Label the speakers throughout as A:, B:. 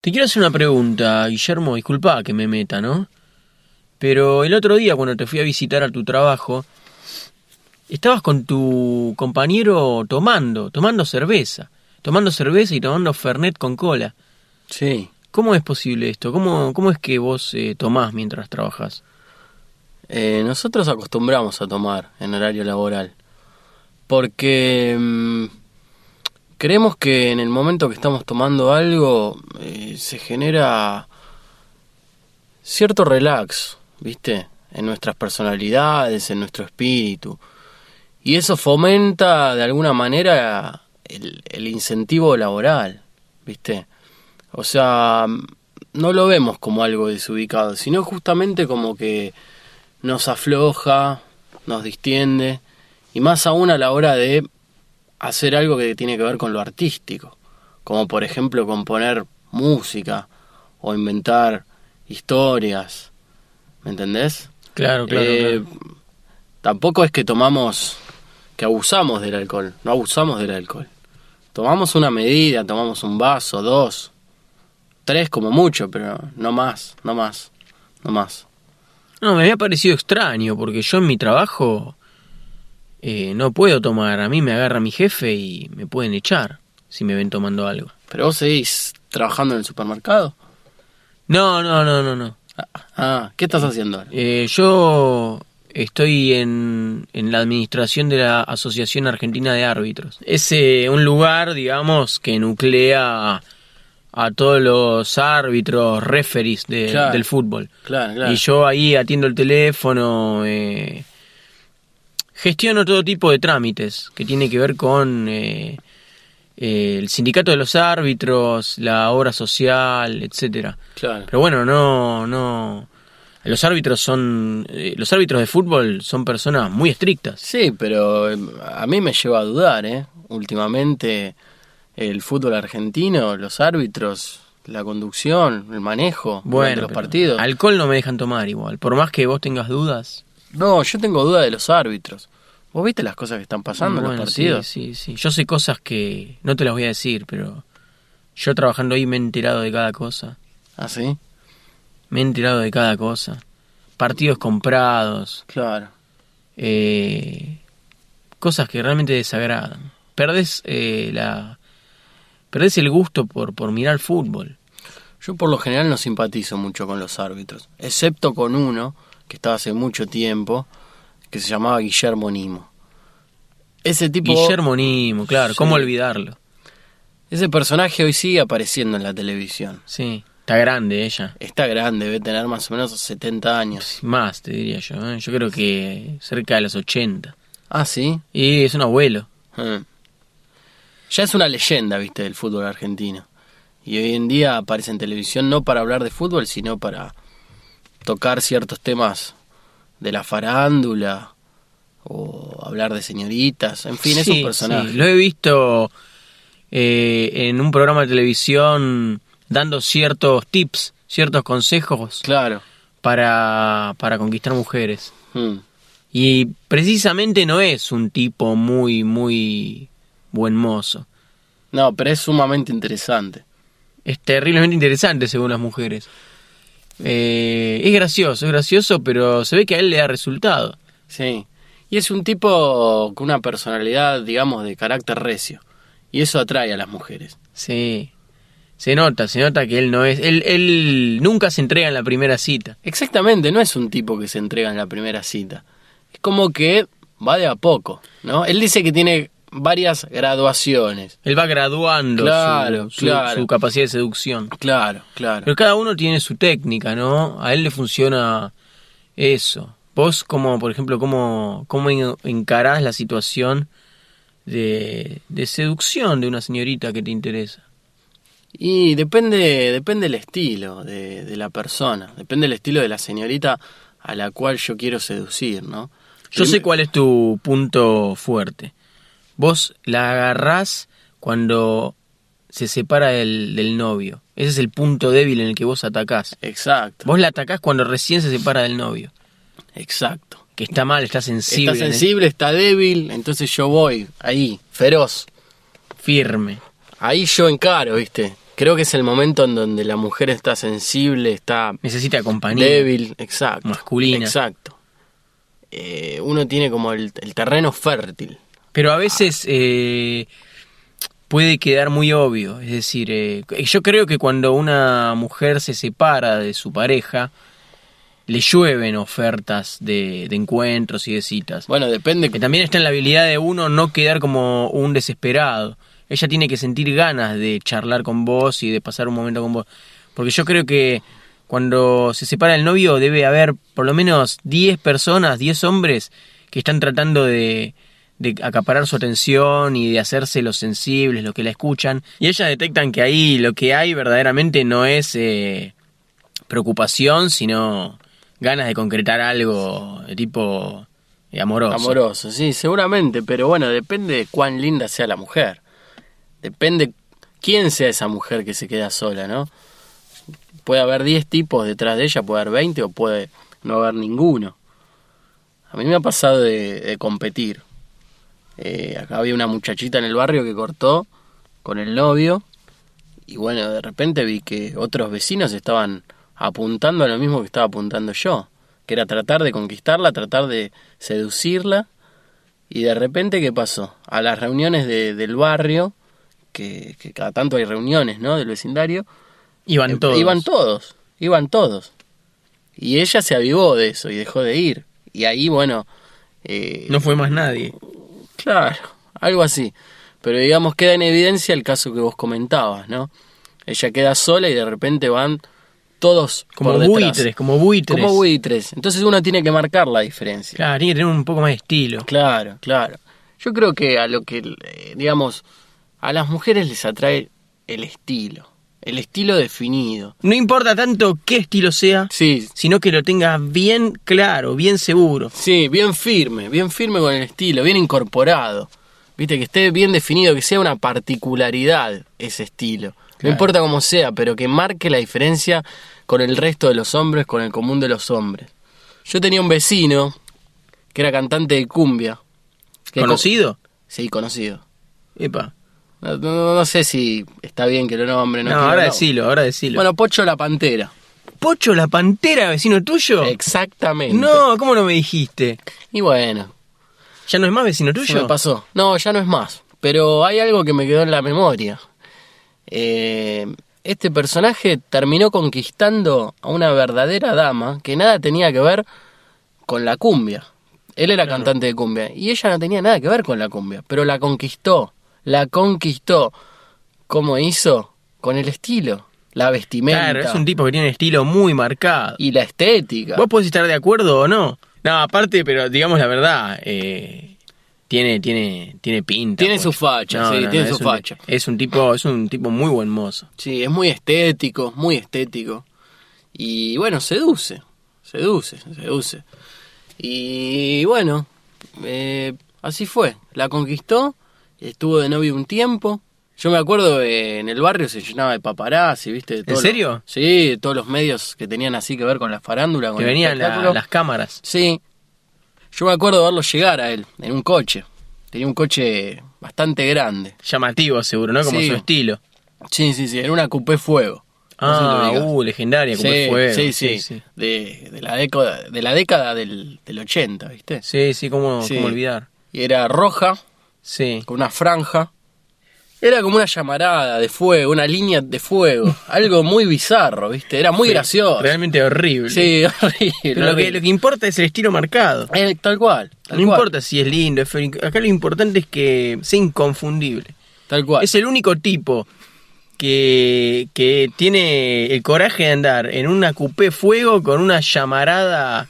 A: Te quiero hacer una pregunta, Guillermo, disculpa que me meta, ¿no? Pero el otro día cuando te fui a visitar a tu trabajo, estabas con tu compañero tomando, tomando cerveza, tomando cerveza y tomando Fernet con cola.
B: Sí.
A: ¿Cómo es posible esto? ¿Cómo, cómo es que vos eh, tomás mientras trabajas?
B: Eh, nosotros acostumbramos a tomar en horario laboral. Porque mm, creemos que en el momento que estamos tomando algo eh, se genera cierto relax, ¿viste? En nuestras personalidades, en nuestro espíritu. Y eso fomenta de alguna manera el, el incentivo laboral, ¿viste? O sea, no lo vemos como algo desubicado, sino justamente como que nos afloja, nos distiende, y más aún a la hora de hacer algo que tiene que ver con lo artístico, como por ejemplo componer música o inventar historias, ¿me entendés?
A: Claro, claro.
B: Eh, Tampoco es que tomamos, que abusamos del alcohol, no abusamos del alcohol. Tomamos una medida, tomamos un vaso, dos, tres como mucho, pero no más, no más, no más.
A: No, me había parecido extraño, porque yo en mi trabajo eh, no puedo tomar. A mí me agarra mi jefe y me pueden echar si me ven tomando algo.
B: ¿Pero vos seguís trabajando en el supermercado?
A: No, no, no, no, no.
B: Ah, ¿qué estás haciendo ahora?
A: Eh, yo estoy en, en la administración de la Asociación Argentina de Árbitros. Es eh, un lugar, digamos, que nuclea a, a todos los árbitros, referees de-
B: Claro.
A: del fútbol.
B: Claro, claro.
A: Y yo ahí atiendo el teléfono, eh, gestiono todo tipo de trámites que tiene que ver con eh, eh, el sindicato de los árbitros, la obra social, etcétera.
B: Claro.
A: Pero bueno, no, no. Los árbitros son, eh, los árbitros de fútbol son personas muy estrictas.
B: Sí, pero eh, a mí me lleva a dudar, ¿eh? Últimamente el fútbol argentino, los árbitros, la conducción, el manejo durante
A: Bueno,
B: los
A: pero
B: partidos.
A: alcohol no me dejan tomar igual. Por más que vos tengas dudas.
B: No, yo tengo duda de los árbitros. ¿Vos viste las cosas que están pasando en
A: Bueno,
B: los partidos?
A: Sí, sí, sí. Yo sé cosas que no te las voy a decir, pero yo trabajando ahí me he enterado de cada cosa.
B: ¿Ah, sí?
A: Me he enterado de cada cosa. Partidos comprados,
B: Claro.
A: eh, cosas que realmente desagradan. Perdés, eh, la, perdés el gusto por, por mirar fútbol.
B: Yo por lo general no simpatizo mucho con los árbitros, excepto con uno que estaba hace mucho tiempo, que se llamaba Guillermo Nimo. Ese tipo...
A: Guillermo Nimo, claro,
B: Sí.
A: ¿cómo olvidarlo?
B: Ese personaje hoy sigue apareciendo en la televisión.
A: Sí, está grande ella.
B: Está grande, debe tener más o menos 70 años.
A: Más, te diría yo. ¿eh? Yo creo que cerca de los 80.
B: Ah, sí.
A: Y es un abuelo.
B: Eh. Ya es una leyenda, viste, del fútbol argentino. Y hoy en día aparece en televisión no para hablar de fútbol, sino para tocar ciertos temas de la farándula o hablar de señoritas. En fin, es
A: Sí,
B: un personaje.
A: sí, Lo he visto eh, en un programa de televisión dando ciertos tips, ciertos consejos
B: Claro.
A: para, para conquistar mujeres.
B: Mm.
A: Y precisamente no es un tipo muy, muy buen mozo.
B: No, pero es sumamente interesante.
A: Es terriblemente interesante según las mujeres. Eh, es gracioso, es gracioso, pero se ve que a él le da resultado.
B: Sí. Y es un tipo con una personalidad, digamos, de carácter recio. Y eso atrae a las mujeres.
A: Sí. Se nota, se nota que él no es. Él, él nunca se entrega en la primera cita.
B: Exactamente, no es un tipo que se entrega en la primera cita. Es como que va de a poco, ¿no? Él dice que tiene varias graduaciones.
A: Él va graduando su-
B: Claro,
A: su,
B: claro.
A: su capacidad de seducción.
B: Claro, claro.
A: Pero cada uno tiene su técnica, ¿no? A él le funciona eso. Vos, como, por ejemplo, cómo, cómo en- encarás la situación de, de seducción de una señorita que te interesa.
B: Y depende, depende el estilo de, de la persona, depende el estilo de la señorita a la cual yo quiero seducir, ¿no?
A: Yo
B: Prim-
A: sé cuál es tu punto fuerte. Vos la agarrás cuando se separa del, del novio. Ese es el punto débil en el que vos atacás.
B: Exacto,
A: Vos la atacás cuando recién se separa del novio.
B: exacto.
A: Que está mal, está sensible,
B: está sensible, está débil, entonces yo voy ahí, feroz.
A: firme.
B: Ahí yo encaro, ¿viste? Creo que es el momento en donde la mujer está sensible, está
A: Necesita compañía.
B: débil, exacto.
A: Masculina.
B: Exacto. Eh, uno tiene como el, el terreno fértil.
A: Pero a veces eh, puede quedar muy obvio. Es decir, eh, yo creo que cuando una mujer se separa de su pareja, le llueven ofertas de, de encuentros y de citas.
B: Bueno, depende.
A: Que también está en la habilidad de uno no quedar como un desesperado. Ella tiene que sentir ganas de charlar con vos y de pasar un momento con vos. Porque yo creo que cuando se separa el novio debe haber por lo menos 10 personas, 10 hombres que están tratando de, de acaparar su atención y de hacerse los sensibles, los que la escuchan. Y ellas detectan que ahí lo que hay verdaderamente no es eh, preocupación, sino ganas de concretar algo de tipo eh, amoroso.
B: Amoroso, sí, seguramente, pero bueno, depende de cuán linda sea la mujer. Depende quién sea esa mujer que se queda sola, ¿no? Puede haber 10 tipos detrás de ella, puede haber 20 o puede no haber ninguno. A mí me ha pasado de, de competir. Eh, acá había una muchachita en el barrio que cortó con el novio y bueno, de repente vi que otros vecinos estaban apuntando a lo mismo que estaba apuntando yo, que era tratar de conquistarla, tratar de seducirla. Y de repente, ¿qué pasó? A las reuniones de- del barrio, que, que cada tanto hay reuniones, ¿no? Del vecindario.
A: Iban
B: eh,
A: todos.
B: Iban todos, iban todos. Y ella se avivó de eso y dejó de ir. Y ahí, bueno... eh,
A: No fue más nadie.
B: Claro, algo así. Pero digamos, queda en evidencia el caso que vos comentabas, ¿no? Ella queda sola y de repente van todos
A: Como
B: por detrás.
A: buitres, como buitres.
B: Como buitres. Entonces uno tiene que marcar la diferencia.
A: Claro, tiene que tener un poco más de estilo.
B: Claro, claro. Yo creo que a lo que, eh, digamos, a las mujeres les atrae el estilo. El estilo definido.
A: No importa tanto qué estilo sea,
B: Sí,
A: sino que lo tengas bien claro, bien seguro.
B: Sí, bien firme, bien firme con el estilo, bien incorporado. Viste, que esté bien definido, que sea una particularidad ese estilo. No
A: Claro.
B: importa cómo sea, pero que marque la diferencia con el resto de los hombres, con el común de los hombres. Yo tenía un vecino que era cantante de cumbia. Que
A: ¿Conocido?
B: co- sí, conocido.
A: Epa.
B: No, no- no sé si está bien que lo nombre. No,
A: No,
B: quiero,
A: ahora
B: no.
A: decilo, ahora decilo.
B: Bueno, Pocho la Pantera.
A: Pocho la Pantera, vecino tuyo.
B: Exactamente.
A: No, ¿cómo no me dijiste?
B: Y bueno,
A: ¿Ya no es más vecino
B: Se
A: tuyo?
B: me pasó. No, ya no es más. Pero hay algo que me quedó en la memoria. Eh, este personaje terminó conquistando a una verdadera dama que nada tenía que ver con la cumbia. Él era cantante de cumbia y ella no tenía nada que ver con la cumbia, pero la conquistó, la conquistó. ¿Cómo hizo? Con el estilo, la vestimenta
A: Claro, es un tipo que tiene un estilo muy marcado.
B: y la estética.
A: Vos podés estar de acuerdo o no. No, aparte, pero digamos la verdad, eh, tiene, tiene, tiene pinta. pues.
B: Tiene su facha, sí, tiene
A: es
B: su
A: un-
B: facha.
A: Es un tipo, es un tipo muy buen mozo.
B: Sí, es muy estético, muy estético. Y bueno, seduce, seduce, seduce. Y bueno, eh, así fue. La conquistó, estuvo de novio un tiempo. Yo me acuerdo eh, en el barrio se llenaba de paparazzi, ¿viste? De todos los-
A: serio?
B: sí, de todos los medios que tenían así que ver con la farándula. Con
A: Que
B: el
A: venían la-
B: espectáculo.
A: las cámaras.
B: Sí. Yo me acuerdo verlo llegar a él en un coche. Tenía un coche bastante grande.
A: Llamativo, seguro, ¿no? Como
B: Sí.
A: su estilo.
B: Sí, sí, sí, era una coupé fuego. No sé si lo
A: Ah,
B: ubicas.
A: uh, legendaria, como
B: Sí,
A: fue.
B: sí, sí. De, de la década, de la década del, del 80, ¿viste?
A: Sí, sí, cómo,
B: Sí.
A: cómo olvidar.
B: Y era roja,
A: Sí.
B: con una franja. Era como una llamarada de fuego, una línea de fuego. algo muy bizarro, ¿viste? Era muy gracioso.
A: Realmente horrible.
B: Sí, horrible.
A: Pero lo que,
B: horrible.
A: lo que importa es el estilo marcado.
B: Eh, tal cual. Tal
A: No
B: cual,
A: importa si es lindo, es feo. Acá lo importante es que sea inconfundible.
B: Tal cual.
A: Es el único tipo que, que tiene el coraje de andar en una coupé fuego con una llamarada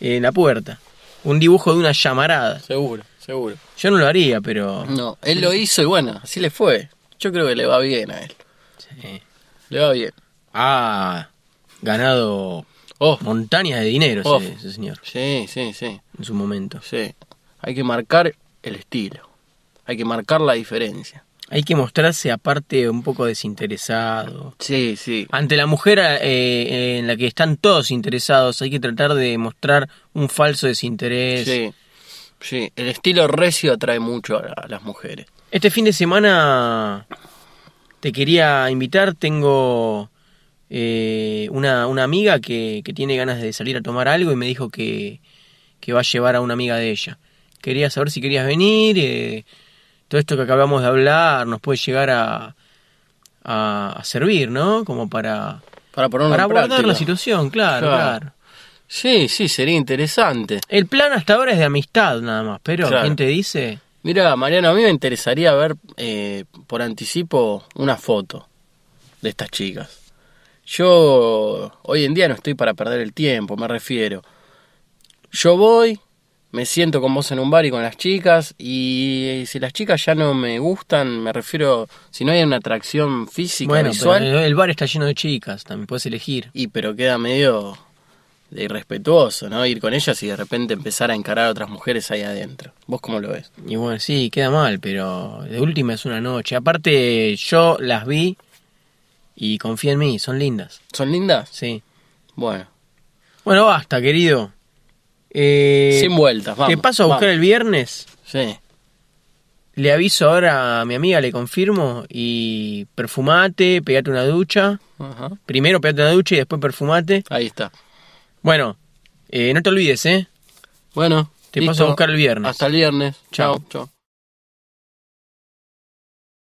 A: en la puerta. Un dibujo de una llamarada.
B: Seguro, seguro.
A: Yo no lo haría, pero...
B: No, él lo hizo y bueno, así le fue. Yo creo que le va bien a él.
A: Sí.
B: Le va bien.
A: Ha ganado
B: Oh,
A: montañas de dinero
B: Oh.
A: ese, ese señor
B: sí, sí, sí.
A: en su momento.
B: Sí, hay que marcar el estilo, hay que marcar la diferencia.
A: Hay que mostrarse aparte un poco desinteresado.
B: Sí, sí,
A: Ante la mujer eh, en la que están todos interesados, hay que tratar de mostrar un falso desinterés.
B: sí, sí. El estilo recio atrae mucho a, a las mujeres.
A: Este fin de semana te quería invitar, tengo eh, una, una amiga que, que tiene ganas de salir a tomar algo y me dijo que, que va a llevar a una amiga de ella. Quería saber si querías venir, eh, todo esto que acabamos de hablar nos puede llegar a, a, a servir, ¿no? Como para,
B: Para ponerlo
A: para
B: en
A: abordar
B: práctica.
A: la situación, claro,
B: Claro.
A: claro.
B: Sí, sí, sería interesante.
A: El plan hasta ahora es de amistad nada más, pero
B: Claro.
A: ¿quién te dice?
B: Mira, Mariano, a mí me interesaría ver eh, por anticipo una foto de estas chicas. Yo hoy en día no estoy para perder el tiempo, me refiero. Yo voy, me siento con vos en un bar y con las chicas, y si las chicas ya no me gustan, me refiero, si no hay una atracción física,
A: Bueno,
B: visual,
A: pero eh, el- el bar está lleno de chicas, también puedes elegir.
B: y pero queda medio de irrespetuoso, ¿no? Ir con ellas y de repente empezar a encarar a otras mujeres ahí adentro. ¿Vos cómo lo ves?
A: Y bueno, sí, queda mal, pero de última es una noche. Aparte, yo las vi y confía en mí, son lindas,
B: ¿Son lindas?
A: sí.
B: Bueno.
A: Bueno, basta, querido. Eh,
B: Sin vueltas, vamos.
A: te paso a buscar el viernes,
B: vamos. Sí.
A: le aviso ahora a mi amiga, le confirmo, y perfumate, pegate una ducha.
B: Ajá.
A: Primero pegate una ducha y después perfumate.
B: Ahí está.
A: Bueno, eh, no te olvides, ¿eh?
B: Bueno.
A: Te paso a buscar el viernes.
B: Hasta el viernes.
A: Chao.
B: Chao. chao.